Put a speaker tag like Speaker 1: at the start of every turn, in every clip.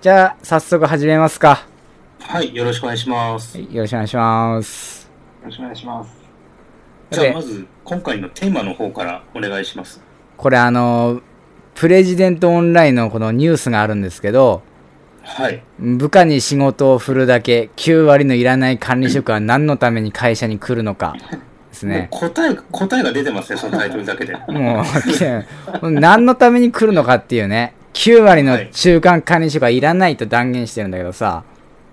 Speaker 1: じゃあ、早速始めますか。
Speaker 2: はい、よろしくお願いします。
Speaker 1: は
Speaker 2: よ
Speaker 1: いよろしくお願いします。
Speaker 2: ろしくお願いします。
Speaker 1: さ
Speaker 2: じ
Speaker 1: て
Speaker 2: ゃあ、まず、今回のテーマの方からお願いします。
Speaker 1: これあの、プレジデントオンラインのこのニュースがあるんですけど、
Speaker 2: はい。
Speaker 1: 部下に仕事を振るだけ、9割のいらない管理職は何のために会社に来るのか、です ね。
Speaker 2: もう答え、答えが出てますね、そのタイトルだけで。
Speaker 1: もう、 何のために来るのかっていうね、9割の中間管理職はいらないと断言してるんだけどさ、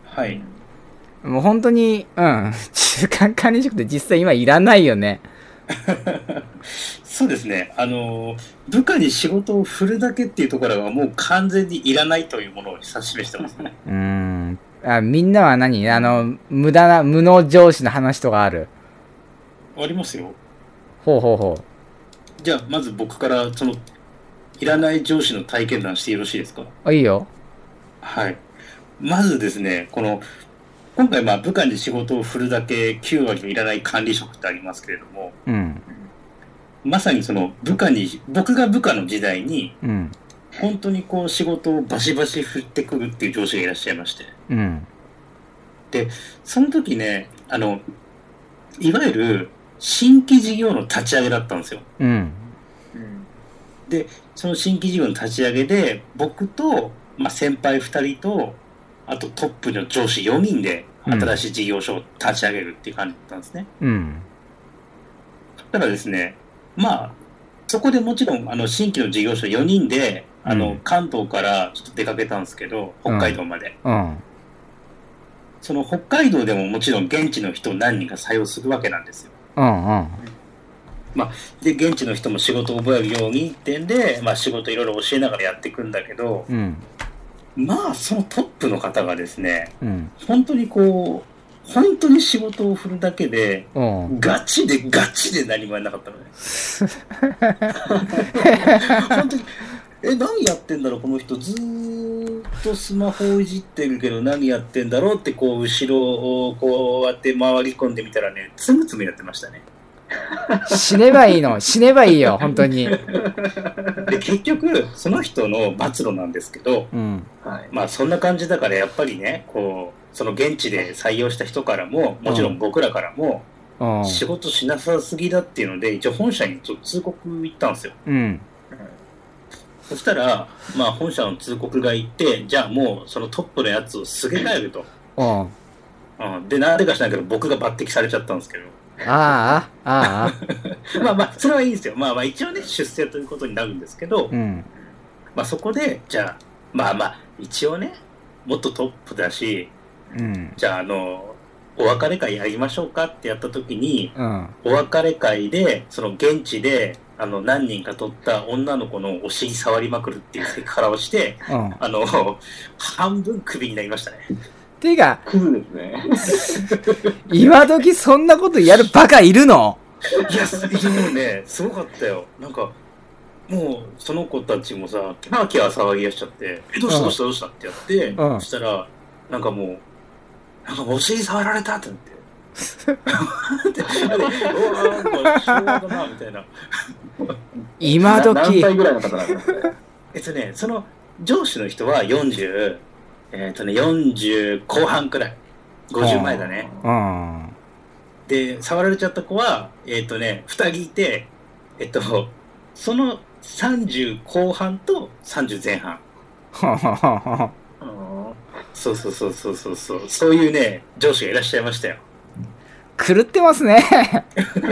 Speaker 2: はい。
Speaker 1: もう本当に、うん、中間管理職って実際今いらないよね。
Speaker 2: そうですね。あのー、部下に仕事を振るだけっていうところがもう完全にいらないというものを指し示して ますね。
Speaker 1: うーん。あみんなは何あの、無駄な、無能上司の話とかある。
Speaker 2: ありますよ。
Speaker 1: ほうほうほう。
Speaker 2: じゃあ、まず僕から、その、いらない上司の体験談してよろしいですか
Speaker 1: あ、いいよ。
Speaker 2: はい。まずですね、この、今回、まあ、部下に仕事を振るだけ9割のいらない管理職ってありますけれども、
Speaker 1: うん。
Speaker 2: まさにその部下に、僕が部下の時代に、
Speaker 1: うん。
Speaker 2: 本当にこう仕事をバシバシ振ってくるっていう上司がいらっしゃいまして、
Speaker 1: うん。
Speaker 2: その時ね、あの、いわゆる新規事業の立ち上げだったんですよ。
Speaker 1: うん。
Speaker 2: その新規事業の立ち上げで、僕と、まあ、先輩2人と、あとトップの上司4人で、
Speaker 1: うん
Speaker 2: 新しい事業所を立ち上げるっていう感じだったんですね。
Speaker 1: うん。
Speaker 2: ただですね、まあ、そこでもちろん、あの、新規の事業所4人で、あ
Speaker 1: う
Speaker 2: の
Speaker 1: ん、
Speaker 2: 関東からちょっと出かけたんですけど、北海道まで。
Speaker 1: うん。
Speaker 2: その北海道でももちろん現地の人を何人か採用するわけなんですよ。
Speaker 1: うん。うん。
Speaker 2: で、現地の人も仕事を覚えるようにってんで、まあ仕事いろいろ教えながらやっていくんだけど、
Speaker 1: うん。
Speaker 2: まあそのトップの方がですね、
Speaker 1: うん。
Speaker 2: 本当にこう、本当に仕事を振るだけで、
Speaker 1: うん。
Speaker 2: ガチでガチで何もやんなかった のね。本当に、え、何やってんだろう、この人。ずーっとスマホをいじってるけど、何やってんだろうって、こう、後ろをこうやって回り込んでみたらね、つむつむやってましたね。
Speaker 1: 死ねばいいの。死ねばいいよ、本当に。
Speaker 2: で、結局、その人の末路なんですけど、
Speaker 1: うん。
Speaker 2: まあ、そんな感じだから、やっぱりね、こう、その現地で採用した人からも、もちろん僕らからも、
Speaker 1: うん。
Speaker 2: 仕事しなさすぎだっていうので、一応本社に通告行ったんですよ。
Speaker 1: うん。
Speaker 2: そしたら、まあ、本社の通告が行って、じゃあもうそのトップのやつをすげ替えると。
Speaker 1: うん。
Speaker 2: うん、で、なんでか知らないけど、僕が抜擢されちゃったんですけど。
Speaker 1: ああ、ああ、
Speaker 2: まあまあ、それはいいんですよ。まあまあ、一応ね、出世ということになるんですけど、
Speaker 1: うん。
Speaker 2: まあそこで、じゃあ、まあまあ、一応ね、もっとトップだし、
Speaker 1: うん。
Speaker 2: じゃあ、あの、お別れ会やりましょうかってやった時に、
Speaker 1: うん。
Speaker 2: お別れ会で、その現地で、あの、何人か取った女の子のお尻触りまくるっていうセクハラをして、
Speaker 1: うん。
Speaker 2: あの、半分クビになりましたね。
Speaker 1: ていうか、
Speaker 3: クズですね。
Speaker 1: 今時そんなことやるバカいるの
Speaker 2: いや、すもうね、すごかったよ。なんか、もう、その子たちもさ、キャーキャー騒ぎ出しちゃって、え、どうしたどうしたどうしたってやって、
Speaker 1: うん
Speaker 2: そしたら、なんかもう、なんかお尻触られたってなって。ででうわーなんか昭和だな、みたいな。
Speaker 1: 今
Speaker 3: な何
Speaker 1: 時。
Speaker 3: 歳ぐらいの方なんですかね。
Speaker 2: えっとね、その上司の人は40、えっとね、40後半くらい。50前だね。
Speaker 1: うん。
Speaker 2: で、触られちゃった子は、えっ、とね、二人いて、えっと、その30後半と30前半。そうそうそうそうそうそう。そういうね、上司がいらっしゃいま したよ。
Speaker 1: 狂ってますね。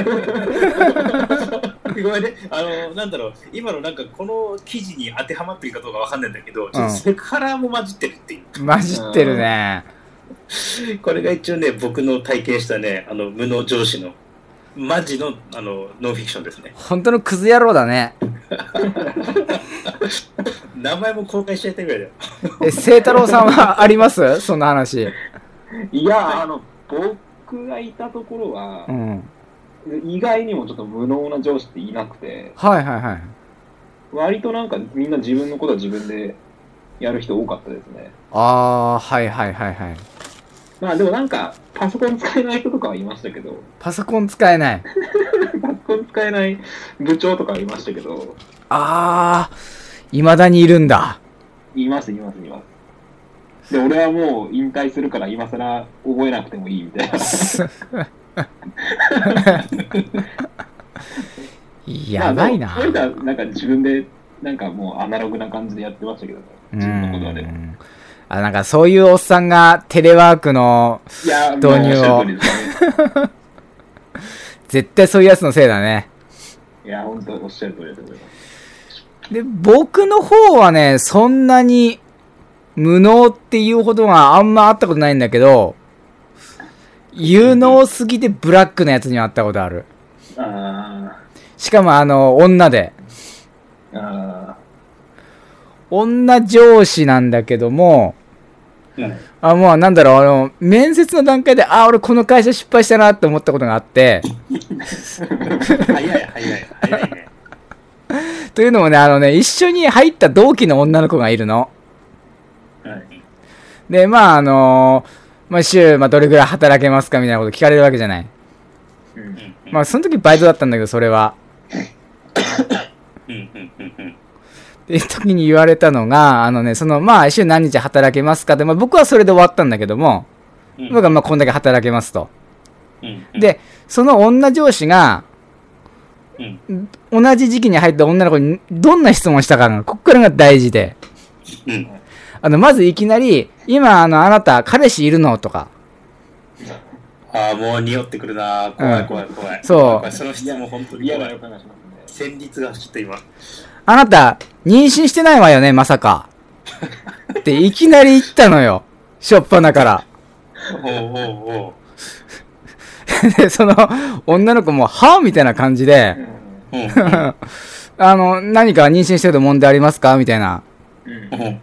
Speaker 2: ごめんね、あの、なんだろう、今のなんかこの記事に当てはまってるかどうかわかんないんだけど、ちょっとセクハラも混じってるっていう。
Speaker 1: 混じってるね。
Speaker 2: これが一応ね、僕の体験したね、あの、無能上司の、マジの、あの、ノンフィクションですね。
Speaker 1: 本当のクズ野郎だね。
Speaker 2: 名前も公開しちゃいたいぐらいだよ。
Speaker 1: え、聖太郎さんはあり ますそんな話。
Speaker 3: いや、あの、僕がいたところは
Speaker 1: う、ん。
Speaker 3: 意外にもちょっと無能な上司っていなくて、
Speaker 1: はいはいはい。
Speaker 3: 割となんかみんな自分のことは自分でやる人多かったですね。
Speaker 1: あー、はいはいはいはい。
Speaker 3: まあでもなんか、パソコン使えない人とかはいましたけど、
Speaker 1: パソコン使えない。
Speaker 3: パソコン使えない部長とかはいましたけど、
Speaker 1: あー、未だにいるんだ。
Speaker 3: います、います、います。で、俺はもう引退するから今更覚えなくてもいいみたいな。
Speaker 1: やばいな
Speaker 3: まあ。そういうのは なんか自分で、なんかもうアナログな感じでやってましたけどね。
Speaker 1: う
Speaker 3: 自分のことはね。
Speaker 1: ん。あ、なんかそういうおっさんがテレワークの、
Speaker 3: いや、
Speaker 1: 導入を
Speaker 3: まあおっしゃる通りですね
Speaker 1: 絶対そういうやつのせいだね。
Speaker 3: いや、本当おっしゃる通りだと思います。
Speaker 1: で、僕の方はね、そんなに無能っていうほどがあんまあったことないんだけど、有能すぎてブラックなやつにはあったことある。
Speaker 3: あ
Speaker 1: しかもあの、女で。
Speaker 3: ーあ
Speaker 1: 女上司なんだけども、
Speaker 2: うん
Speaker 1: あ、もうなんだろう、あの、面接の段階で、あ、俺この会社失敗したなって思ったことがあって、
Speaker 2: 早い早い早いね。
Speaker 1: というのもね、あのね、一緒に入った同期の女の子がいるの。
Speaker 2: はい
Speaker 1: で、まああのまあ週、まあどれぐらい働けますかみたいなこと聞かれるわけじゃない。
Speaker 3: ーうん
Speaker 2: うんうん
Speaker 1: まあその時バイトだったんだけど、それは。
Speaker 2: うんうんうんうん
Speaker 1: っていう時に言われたのが、あのね、その、まあ週何日働けますかって、まあ僕はそれで終わったんだけども、
Speaker 2: うん
Speaker 1: 僕はまあこんだけ働けますと。
Speaker 2: うんうん
Speaker 1: で、その女上司が、
Speaker 2: うん
Speaker 1: 同じ時期に入った女の子にどんな質問したかが、こっからが大事で。
Speaker 2: うん
Speaker 1: あの、まずいきなり、今、あの、あなた、彼氏いるのとか。
Speaker 2: ああ、もう匂ってくるな。怖い怖い怖い。
Speaker 1: そう
Speaker 2: 怖いその質問本当に
Speaker 3: 嫌
Speaker 2: 嫌
Speaker 3: な
Speaker 2: だ
Speaker 3: 予
Speaker 2: よ。
Speaker 3: 感がしますね。
Speaker 2: 戦慄がちょっと今。
Speaker 1: あなた、妊娠してないわよね、まさか。って、いきなり言ったのよ。しょっぱなから。
Speaker 2: おうおうおう。
Speaker 1: で、その、女の子も、はみたいな感じで、
Speaker 2: うん
Speaker 1: あの、何か妊娠してる問題ありますかみたいな。
Speaker 3: うん
Speaker 2: うんうん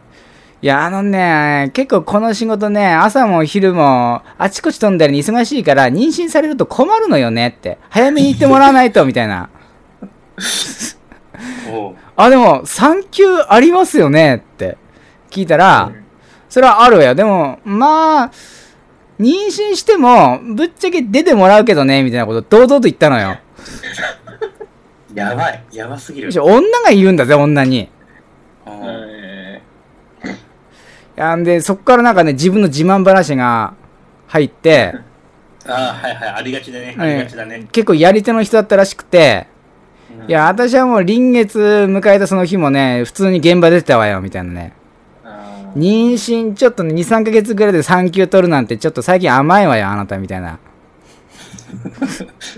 Speaker 1: いや、あのね、結構この仕事ね、朝も昼も、あちこち飛んだりに忙しいから、妊娠されると困るのよねって。早めに言ってもらわないと、みたいな。
Speaker 2: おう
Speaker 1: あ、でも、産休ありますよねって聞いたら、それはあるわよ。でも、まあ、妊娠しても、ぶっちゃけ出てもらうけどね、みたいなこと堂々と言ったのよ。
Speaker 2: やばい。やばすぎる。
Speaker 1: ちょ女が言うんだぜ、女に。
Speaker 2: うん
Speaker 3: え
Speaker 1: あんで、そっからなんかね、自分の自慢話が入って、
Speaker 2: ああ、はいはい。ありがちだね。ありがちだね。
Speaker 1: 結構やり手の人だったらしくて、
Speaker 3: ー
Speaker 1: い、や、私はもう臨月迎えたその日もね、普通に現場出てたわよ、みたいなね。
Speaker 3: あー
Speaker 1: 妊娠ちょっと2、3ヶ月ぐらいで産休取るなんてちょっと最近甘いわよ、あなたみたいな。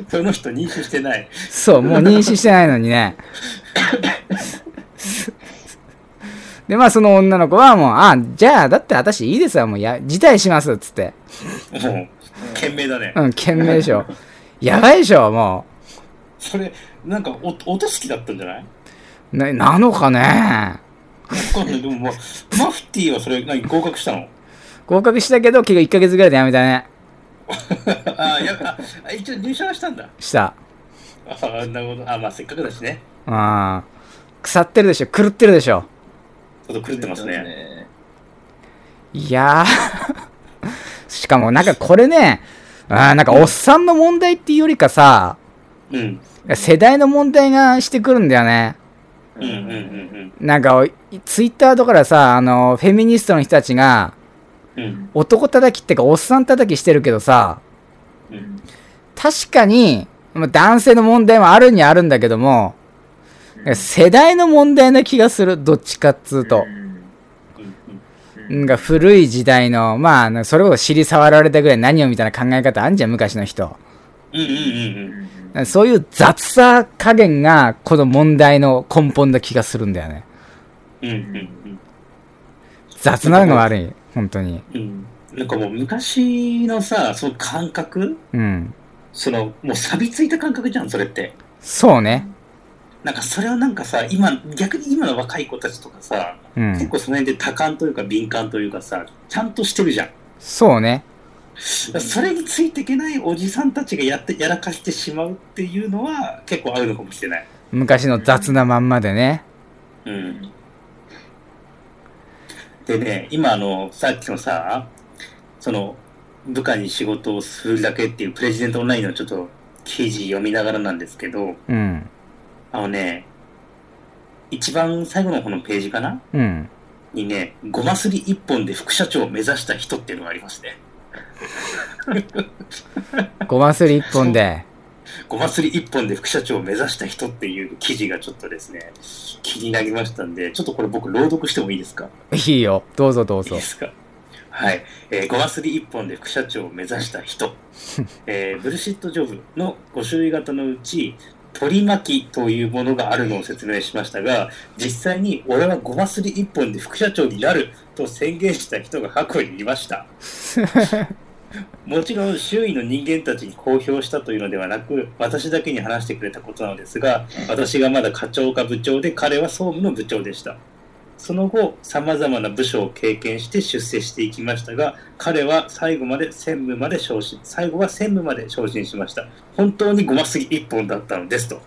Speaker 2: その人認識してない。
Speaker 1: そう、もう妊娠してないのにね。 で、まあその女の子はもう、あ、じゃあ、だって私いいですわ、もうや、辞退します、つって。
Speaker 2: おう懸命だね。
Speaker 1: うん、懸命でしょ。やばいでしょ、も。
Speaker 2: それ、なんか、お、音好きだったんじゃないう
Speaker 1: な、なのかね。
Speaker 2: わかんない。でも、まあ、マフティーはそれ、何、合格したの
Speaker 1: 合格したけど、結局1ヶ月ぐらいで辞めたね。
Speaker 2: ああ、やばあ、一応入社はしたんだ。
Speaker 1: した。
Speaker 2: ああ、なるほど。あまあ、せっかくだしね。
Speaker 1: うん。腐ってるでしょ、狂ってるでしょ。
Speaker 2: ちょっと狂ってますね。
Speaker 3: ね。
Speaker 1: いやー しかもなんかこれね、あーなんかおっさんの問題っていうよりかさ、
Speaker 2: うん。
Speaker 1: 世代の問題がしてくるんだよね。
Speaker 2: うんうんうん
Speaker 1: なんか、ツイッターとかでさ、あの、フェミニストの人たちが、
Speaker 2: うん。うん。
Speaker 1: 男叩きってか、おっさん叩きしてるけどさ、
Speaker 2: うん。
Speaker 1: 確かに、まあ男性の問題もあるにはあるんだけども、世代の問題な気がする、どっちかっつうと
Speaker 3: う。ん
Speaker 2: うんうん
Speaker 1: なんか古い時代の、まああの、それこそ尻触られたぐらい何をみたいな考え方あんじゃん、昔の人。
Speaker 2: うんうんうん。
Speaker 1: そういう雑さ加減が、この問題の根本な気がするんだよね。
Speaker 2: うんうん
Speaker 1: 雑なのが悪い、本当に。
Speaker 2: うん。うん。なんかもう昔のさ、その感覚
Speaker 1: うん。
Speaker 2: その、もう錆びついた感覚じゃん、それって。
Speaker 1: そうね。
Speaker 2: なんかそれをなんかさ、今、逆に今の若い子たちとかさ、
Speaker 1: う
Speaker 2: 結
Speaker 1: ん。
Speaker 2: 構その辺で多感というか敏感というかさ、ちゃんとしてるじゃん。だか
Speaker 1: そうね。
Speaker 2: らそれについていけないおじさんたちがやって、やらかしてしまうっていうのは結構あるのかもしれない。
Speaker 1: 昔の雑なまんまでね。
Speaker 2: うん。でね、今あの、さっきのさ、その、部下に仕事をするだけっていうプレジデントオンラインのちょっと記事読みながらなんですけど、
Speaker 1: うん。
Speaker 2: あのね、一番最後のこのページかな
Speaker 1: うん。
Speaker 2: にね、ごますり一本で副社長を目指した人っていうのがありますね。
Speaker 1: ごますり一本で。
Speaker 2: ごますり一本で副社長を目指した人っていう記事がちょっとですね、気になりましたんで、ちょっとこれ僕朗読してもいいですか
Speaker 1: いいよ。どうぞどう
Speaker 2: いい
Speaker 1: ぞ
Speaker 2: で。すか。はい。えー、ゴマスリ1本で副社長を目指し た人。えーブルシットジョブの5種類型のうち、取り巻きというものがあるのを説明しましたが、実際に俺はゴマスリ1本で副社長になると宣言した人が箱にい ました。もちろん周囲の人間たちに公表したというのではなく、私だけに話してくれたことなのですが、私がまだ課長か部長で、彼は総務の部長でした。その後、様々な部署を経験して出世していきましたが、彼は最後まで専務まで昇進、最後は専務まで昇進しました。本当にごますぎ一本だったのですと。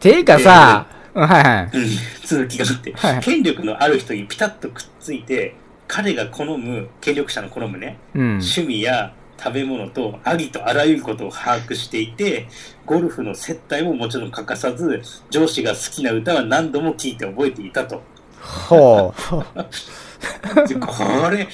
Speaker 1: ていうかさ、うんはいはい。
Speaker 2: うん続きがあって、
Speaker 1: はい
Speaker 2: 権力のある人にピタッとくっついて、彼が好む、権力者の好むね、
Speaker 1: うん。
Speaker 2: 趣味や食べ物とありとあらゆることを把握していてゴルフの接待ももちろん欠かさず上司が好きな歌は何度も聴いて覚えていたと
Speaker 1: ほう。
Speaker 2: でこれ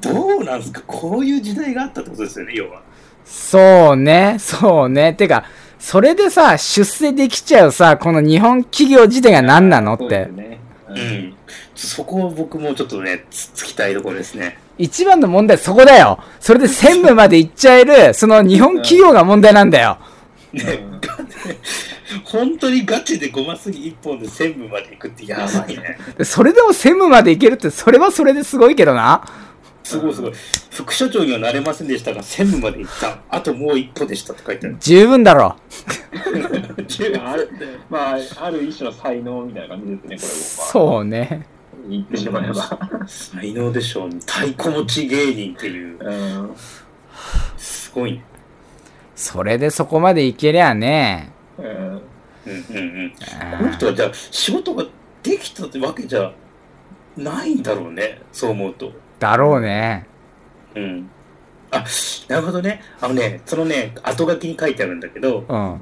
Speaker 2: どうなんですかこういう時代があったってことですよね要は
Speaker 1: そうね、そうね。てか、それでさ、出世できちゃうさ、この日本企業自体が何なのっ
Speaker 3: そうで
Speaker 1: て
Speaker 3: す。ね。う
Speaker 2: うんんそこを僕もちょっとねつつきたいところですね
Speaker 1: 一番の問題そこだよ。それで専務まで行っちゃえる、その日本企業が問題なんだよ。
Speaker 3: うん
Speaker 2: 本当にガチでごますぎ1本で専務まで行くってやばいね
Speaker 1: それでも専務まで行けるって、それはそれですごいけどな。
Speaker 2: すごいすごい副社長にはなれませんでしたが専務まで行ったあともう一歩でしたって書いてある
Speaker 1: 十分だろ。
Speaker 3: あるまあ、ある一種の才能みたいな感じですね、これは。
Speaker 1: そうね。
Speaker 3: う。言ってしまえば。
Speaker 2: 才能でしょう、ね、太鼓持ち芸人っていう
Speaker 3: うん。
Speaker 2: すごいね
Speaker 1: それでそこまで行けりゃね。
Speaker 3: うん
Speaker 2: うんうんうん
Speaker 1: あ
Speaker 2: この人
Speaker 1: ー
Speaker 2: はじゃあ仕事ができたってわけじゃないんだろうねそう思うと
Speaker 1: だろうね。
Speaker 2: うんあなるほどねあのねそのね後書きに書いてあるんだけど
Speaker 1: うん。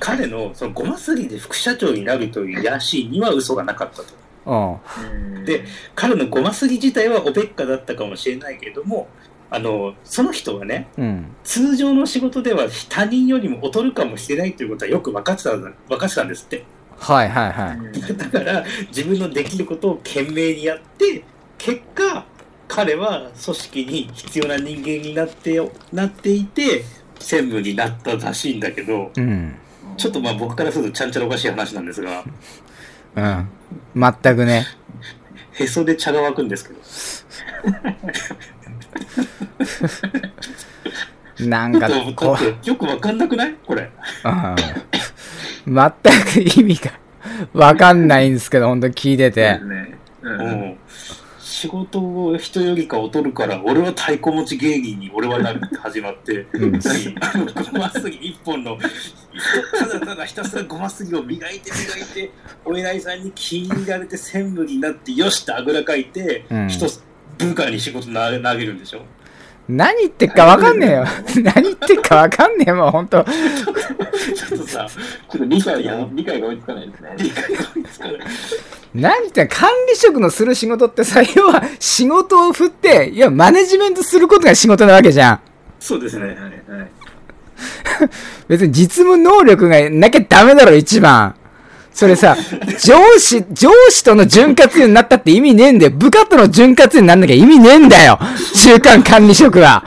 Speaker 2: 彼のそのごますりで副社長になるという野心には嘘がなかったと
Speaker 1: うん。
Speaker 2: で、彼のごますり自体はおべっかだったかもしれないけれどもあのその人はね
Speaker 1: うん。
Speaker 2: 通常の仕事では他人よりも劣るかもしれないということはよく分かってたんだ分かってたんですって
Speaker 1: はいはいはい。
Speaker 2: だから自分のできることを懸命にやって結果彼は組織に必要な人間になってよなっていて専務になったらしいんだけど
Speaker 1: うん。
Speaker 2: ちょっとまあ僕からするとちゃんちゃらおかしい話なんですが
Speaker 1: うん。全くね。
Speaker 2: へそで茶が湧くんですけど
Speaker 1: なん か、
Speaker 2: だ
Speaker 1: こ
Speaker 2: っ
Speaker 1: う、
Speaker 2: てよく分かんなくないこれ
Speaker 1: うん。全く意味がわかんないんですけど、ほんと聞いてて。
Speaker 3: うん
Speaker 2: う。ん仕事を人よりか劣るから俺は太鼓持ち芸人に俺はなるって始まって
Speaker 1: うん。
Speaker 2: あのごますぎ一本のただただひたすらごますぎを磨いて磨いてお偉いさんに気に入られて専務になってよしってあぐらかいて、
Speaker 1: うん
Speaker 2: 一つ部下に仕事投げ投げるんでしょ
Speaker 1: 何言ってっかわかんねえよ。何言ってっかわかんねえもん、ほんと。
Speaker 2: ちょっとさ
Speaker 3: ちょっと理解が、理解が追いつかないですね。
Speaker 2: 理解が追いつかない
Speaker 1: 何言ってん管理職のする仕事ってさ、要は仕事を振って、いや、マネジメントすることが仕事なわけじゃん。
Speaker 2: そうですね
Speaker 3: はいはい。
Speaker 1: 別に実務能力がなきゃダメだろ、一番。それさ、上司、上司との潤滑油になったって意味ねえんだよ。部下との潤滑油になんなきゃ意味ねえんだよ。中間管理職は。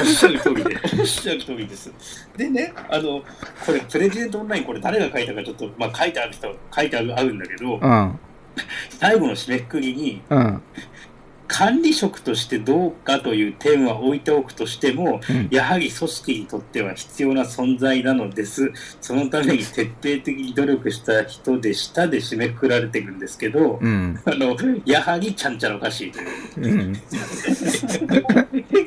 Speaker 2: おっしゃる通りでおっしゃる通りですでねあのこれプレジデントオンラインこれ誰が書いたかちょっと、まあ、書いてある人書いてあるあるんだけ
Speaker 1: う
Speaker 2: ど
Speaker 1: ん。
Speaker 2: 最後の締めくくりに
Speaker 1: うん。
Speaker 2: 管理職としてどうかという点は置いておくとしても、
Speaker 1: うん
Speaker 2: やはり組織にとっては必要な存在なのです。そのために徹底的に努力した人でしたで締めくくられていくんですけど、
Speaker 1: うん。
Speaker 2: あの、やはりちゃんちゃらおかしいという。
Speaker 1: う ん。
Speaker 2: 結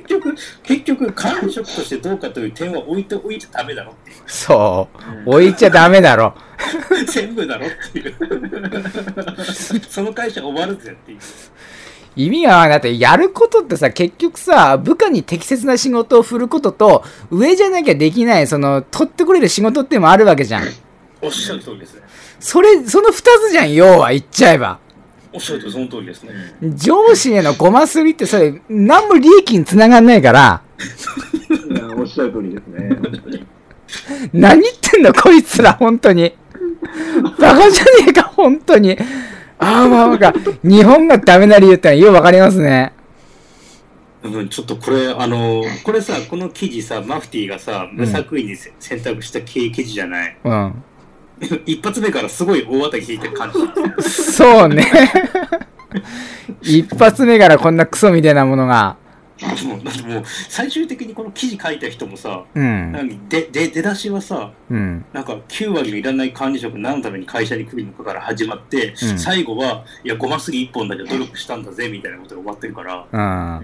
Speaker 2: 局、結局、管理職としてどうかという点は置いておいてダメだろってい
Speaker 1: そう。置いちゃダメだろ。
Speaker 2: う。 全部だろっていう。 その会社終わるぜっていう。
Speaker 1: 意味がわかんないだってやることってさ結局さ部下に適切な仕事を振ることと上じゃなきゃできないその取ってくれる仕事っていうのもあるわけじゃん
Speaker 2: おっしゃる通りですね。
Speaker 1: それ、その二つじゃん、要は言っちゃえば。
Speaker 2: おっしゃるとりその通りですね。
Speaker 1: 上司へのごますりって、それ、何も利益につながんないから、
Speaker 3: いやおっしゃる通りですね。
Speaker 1: 何言ってんの、こいつら、本当に。バカじゃねえか、本当に。ああ、まあまあか。日本がダメな理由ってのはようわかりますね。
Speaker 2: うん、ちょっとこれ、あの、これさ、この記事さ、マフティーがさ、無作為にせ、選択した記記事じゃない。
Speaker 1: うん。
Speaker 2: 一発目からすごい大当たり引いてる感じ。
Speaker 1: そうね。一発目からこんなクソみたいなものが。
Speaker 2: もうだってもう、最終的にこの記事書いた人もさ、
Speaker 1: うん。
Speaker 2: 何でで出だしはさ、
Speaker 1: うん。
Speaker 2: なんか9割のいらない管理職何のために会社に来るのかから始まって、
Speaker 1: うん
Speaker 2: 最後は、いや、ごますぎ1本だけど努力したんだぜ、みたいなことで終わってるから、
Speaker 1: うん。
Speaker 2: あ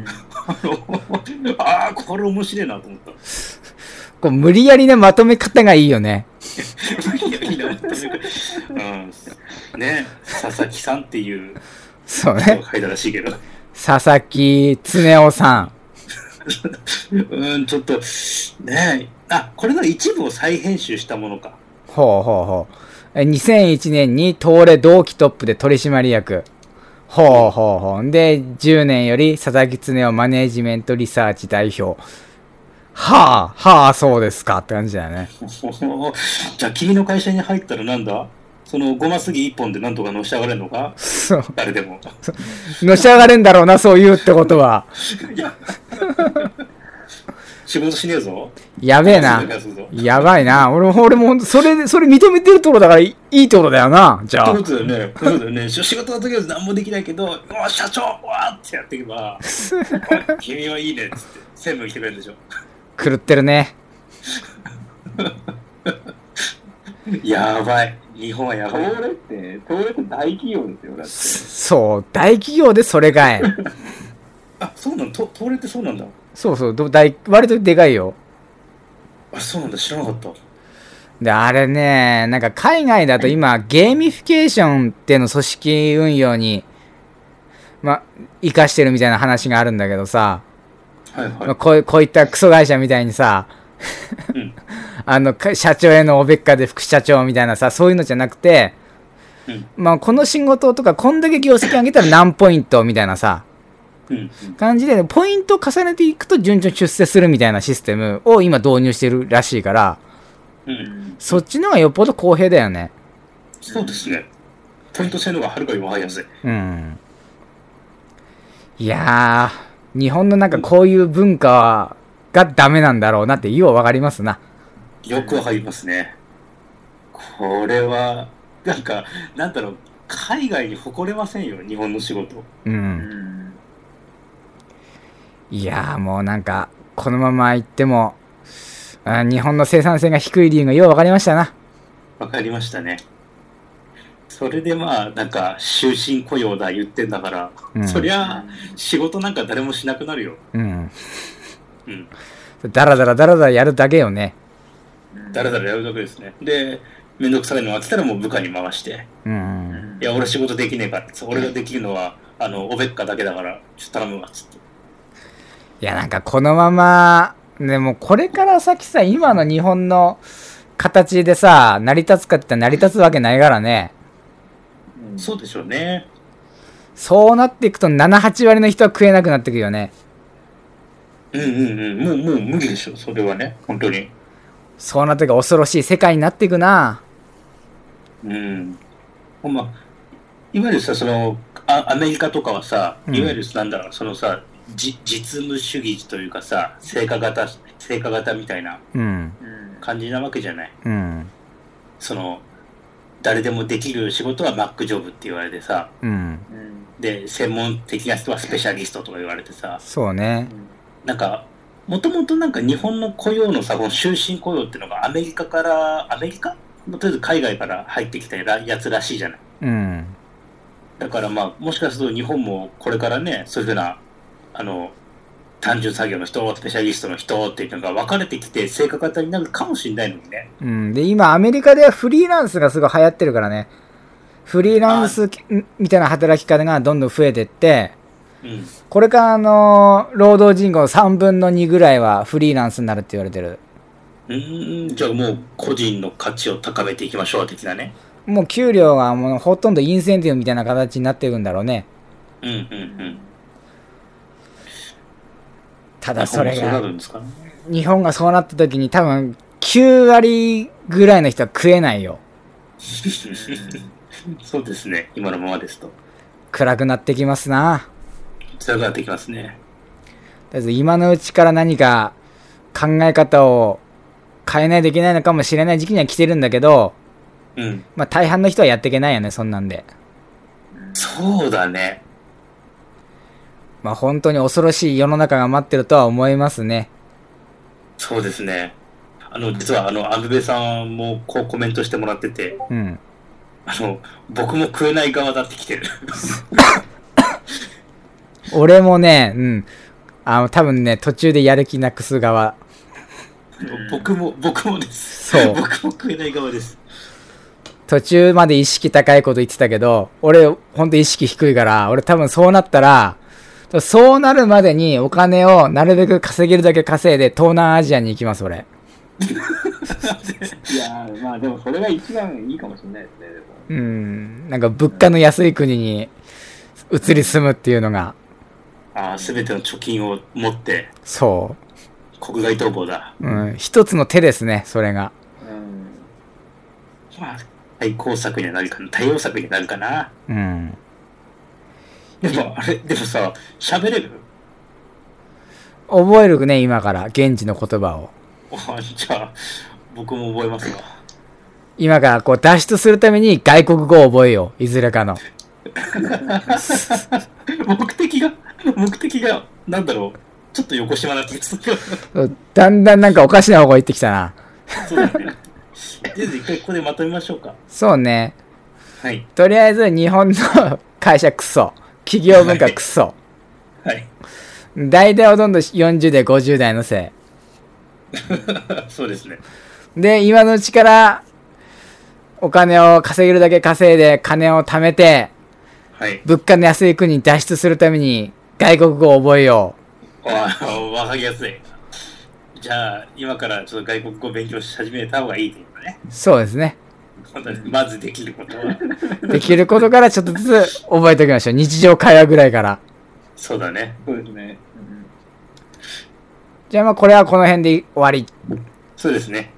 Speaker 2: の あー、これ面白いなと思った。
Speaker 1: こう無理やりね、まとめ方がいいよね。
Speaker 2: いやいいなと思ってうん。ね、佐々木さんっていう
Speaker 1: そう
Speaker 2: 人
Speaker 1: ね。
Speaker 2: が書いたらしいけど、
Speaker 1: 佐々木恒夫さん。
Speaker 2: うん、ちょっと、ね、あ、これの一部を再編集したものか。
Speaker 1: ほうほうほう。え2001年に東レ同期トップで取締役。ほうほうほう。で、10年より佐々木恒夫マネージメントリサーチ代表。はあ、はあ、そうですかって感じだよね。
Speaker 2: じゃあ、君の会社に入ったらなんだそのごますぎ1本でなんとかのし上がれるのか
Speaker 1: そう。
Speaker 2: 誰でも。
Speaker 1: のし上がれんだろうな、そう言うってことは。
Speaker 2: 仕事しねえぞ。
Speaker 1: やべえな。やばいな。俺も、俺もほんと、それで、それ認めてるところだからいい、いいところだよな。じゃ
Speaker 2: そう
Speaker 1: あ
Speaker 2: いうこ。とだよね。そういうことだよね。仕事はとりあえず何もできないけど、うわ、社長わーってやっていけば、君はいいねっつって、専務来てくれるでしょ。
Speaker 1: 狂ってるね。
Speaker 2: やばい。日本はやばい。
Speaker 3: 東レって、東レって大企業ですよ、だって。
Speaker 1: そう、大企業でそれかい。
Speaker 2: あ、そうなんと、東レってそうなんだ。
Speaker 1: そうそう、ど大割とでかいよ。
Speaker 2: あ、そうなんだ。知らなかった。
Speaker 1: で、あれね、なんか海外だと今、ゲーミフィケーションっていうのを組織運用に、ま、生かしてるみたいな話があるんだけどさ、
Speaker 2: はいはい
Speaker 1: まあ、こうこういったクソ会社みたいにさ、
Speaker 2: うん
Speaker 1: あの、か社長へのおべっかで副社長みたいなさ、そういうのじゃなくて、
Speaker 2: うん
Speaker 1: まあ、この仕事とか、こんだけ業績上げたら何ポイントみたいなさ、
Speaker 2: うん。
Speaker 1: 感じで、ポイントを重ねていくと順調に出世するみたいなシステムを今導入してるらしいから、
Speaker 2: うん。
Speaker 1: そっちの方がよっぽど公平だよね。
Speaker 2: そうですね。ポイント性能がはるかに弱いやつで。
Speaker 1: うん。いやー、日本のなんかこういう文化がダメなんだろうなってようわかりますな。
Speaker 2: よくわかりますね。これは、なんか、なんだろう、海外に誇れませんよ、日本の仕事。
Speaker 1: うん。いやーもうなんか、このまま行っても、あー日本の生産性が低い理由がようわかりましたな。
Speaker 2: わかりましたね。それでまあ、なんか、終身雇用だ言ってんだから、
Speaker 1: うん
Speaker 2: そりゃ、仕事なんか誰もしなくなるよ。
Speaker 1: うん。
Speaker 2: うん。
Speaker 1: だらだらだらだらやるだけよね。
Speaker 2: だらだらやるだけですね。で、めんどくさいのが来たらもう部下に回して。
Speaker 1: うん。
Speaker 2: いや、俺仕事できねえからっつって、俺ができるのは、あの、おべっかだけだから、ちょっと頼むわ、つって。
Speaker 1: いやなんかこのまま、でもこれから先さ、今の日本の形でさ、成り立つかって言ったら成り立つわけないからね。
Speaker 2: そうでしょうね。
Speaker 1: そうなっていくと7、8割の人は食えなくなってくるよね。
Speaker 2: うんうんうん。もう、もう無理でしょ、それはね。本当に。
Speaker 1: そうなってくる恐ろしい世界になっていくな。
Speaker 2: うん。まあ、いわゆるさ、その、あアメリカとかはさ、
Speaker 1: うん
Speaker 2: いわゆるなんだろう、そのさ、じ実務主義というかさ、成果型、成果型みたいな
Speaker 1: うん。
Speaker 2: 感じなわけじゃない。
Speaker 1: うん。
Speaker 2: その、誰でもできる仕事はマックジョブって言われてさ、
Speaker 1: うん。
Speaker 2: で、専門的な人はスペシャリストとか言われてさ、
Speaker 1: そうね。
Speaker 2: なんか、もともとなんか日本の雇用のさ、この終身雇用っていうのがアメリカから、アメリカとりあえず海外から入ってきたやつらしいじゃない。
Speaker 1: うん。
Speaker 2: だからまあ、もしかすると日本もこれからね、そういうふうな、あの、単純作業の人、スペシャリストの人っていうのが分かれてきて、正確型になるかもしれないのにね。
Speaker 1: うん。で、今アメリカではフリーランスがすごい流行ってるからね。フリーランスみたいな働き方がどんどん増えてって、
Speaker 2: うん。
Speaker 1: これからあの、労働人口の3分の2ぐらいはフリーランスになるって言われてる。
Speaker 2: うーん、じゃあもう個人の価値を高めていきましょう、的なね。
Speaker 1: もう給料がもうほとんどインセンティブみたいな形になってるんだろうね。
Speaker 2: うんうんうん。
Speaker 1: ただそれ
Speaker 2: そうな
Speaker 1: が、
Speaker 2: るんですかね。
Speaker 1: 日本がそうなった時に多分9割ぐらいの人は食えないよ。
Speaker 2: そうですね。今のままですと。
Speaker 1: 暗くなってきますな。
Speaker 2: 辛くなってきますね。
Speaker 1: とりあえず今のうちから何か考え方を変えないといけないのかもしれない時期には来てるんだけど、
Speaker 2: うん。
Speaker 1: まあ大半の人はやっていけないよね、そんなんで。
Speaker 2: そうだね。
Speaker 1: まあ本当に恐ろしい世の中が待ってるとは思いますね。
Speaker 2: そうですね。あの、実は、あの、安部さんもこうコメントしてもらってて、
Speaker 1: うん。
Speaker 2: あの、僕も食えない側だってきてる。
Speaker 1: 俺もね、うん。あの、多分ね、途中でやる気なくす側。
Speaker 2: 僕も、僕もです。
Speaker 1: そう
Speaker 2: 僕も食えない側です。
Speaker 1: 途中まで意識高いこと言ってたけど、俺、ほんと意識低いから、俺多分そうなったら、そうなるまでにお金をなるべく稼げるだけ稼いで東南アジアに行きます、俺。
Speaker 3: いやーまあでもそれが一番いいかもしれないですね、でも。
Speaker 1: うん。なんか物価の安い国に移り住むっていうのが、
Speaker 2: ああ、すべての貯金を持って、
Speaker 1: そ
Speaker 2: 国外逃亡だ。
Speaker 1: う。うん。一つの手ですね、それが。
Speaker 3: うん。
Speaker 2: まあ、対抗策にはなるかな。対応策にはなるかな。
Speaker 1: うん。
Speaker 2: でも、あれ、でもさ、喋れる
Speaker 1: 覚えるね、今から、現地の言葉を。
Speaker 2: あじゃあ、僕も覚えますわ。
Speaker 1: 今からこう脱出するために外国語を覚えよう。いずれかの。
Speaker 2: 目的が、目的が、なんだろう。ちょっと横島な気がする。
Speaker 1: だんだんなんかおかしな方向行ってきたな。
Speaker 2: そうだね。とりあえず一回ここでまとめましょうか。
Speaker 1: そうね。
Speaker 2: はい。
Speaker 1: とりあえず日本の会社クソ。企業文化クソ。
Speaker 2: はい。
Speaker 1: 大体ほとんど40代、50代のせ
Speaker 2: そうですね。
Speaker 1: い。で、今のうちから、お金を稼げるだけ稼いで、金を貯めて、
Speaker 2: はい。
Speaker 1: 物価の安い国に脱出するために、外国語を覚えよ
Speaker 2: わあ、わかりやすい。じゃあ、今からちょっと外国語を勉強し始めた方がいいというかね。
Speaker 1: う。そうですね。
Speaker 2: 本当にまずできることは。
Speaker 1: できることからちょっとずつ覚えておきましょう。日常会話ぐらいから。
Speaker 2: そうだね。
Speaker 3: そうですね。うん
Speaker 1: じゃあまあこれはこの辺で終わり。
Speaker 2: そうですね。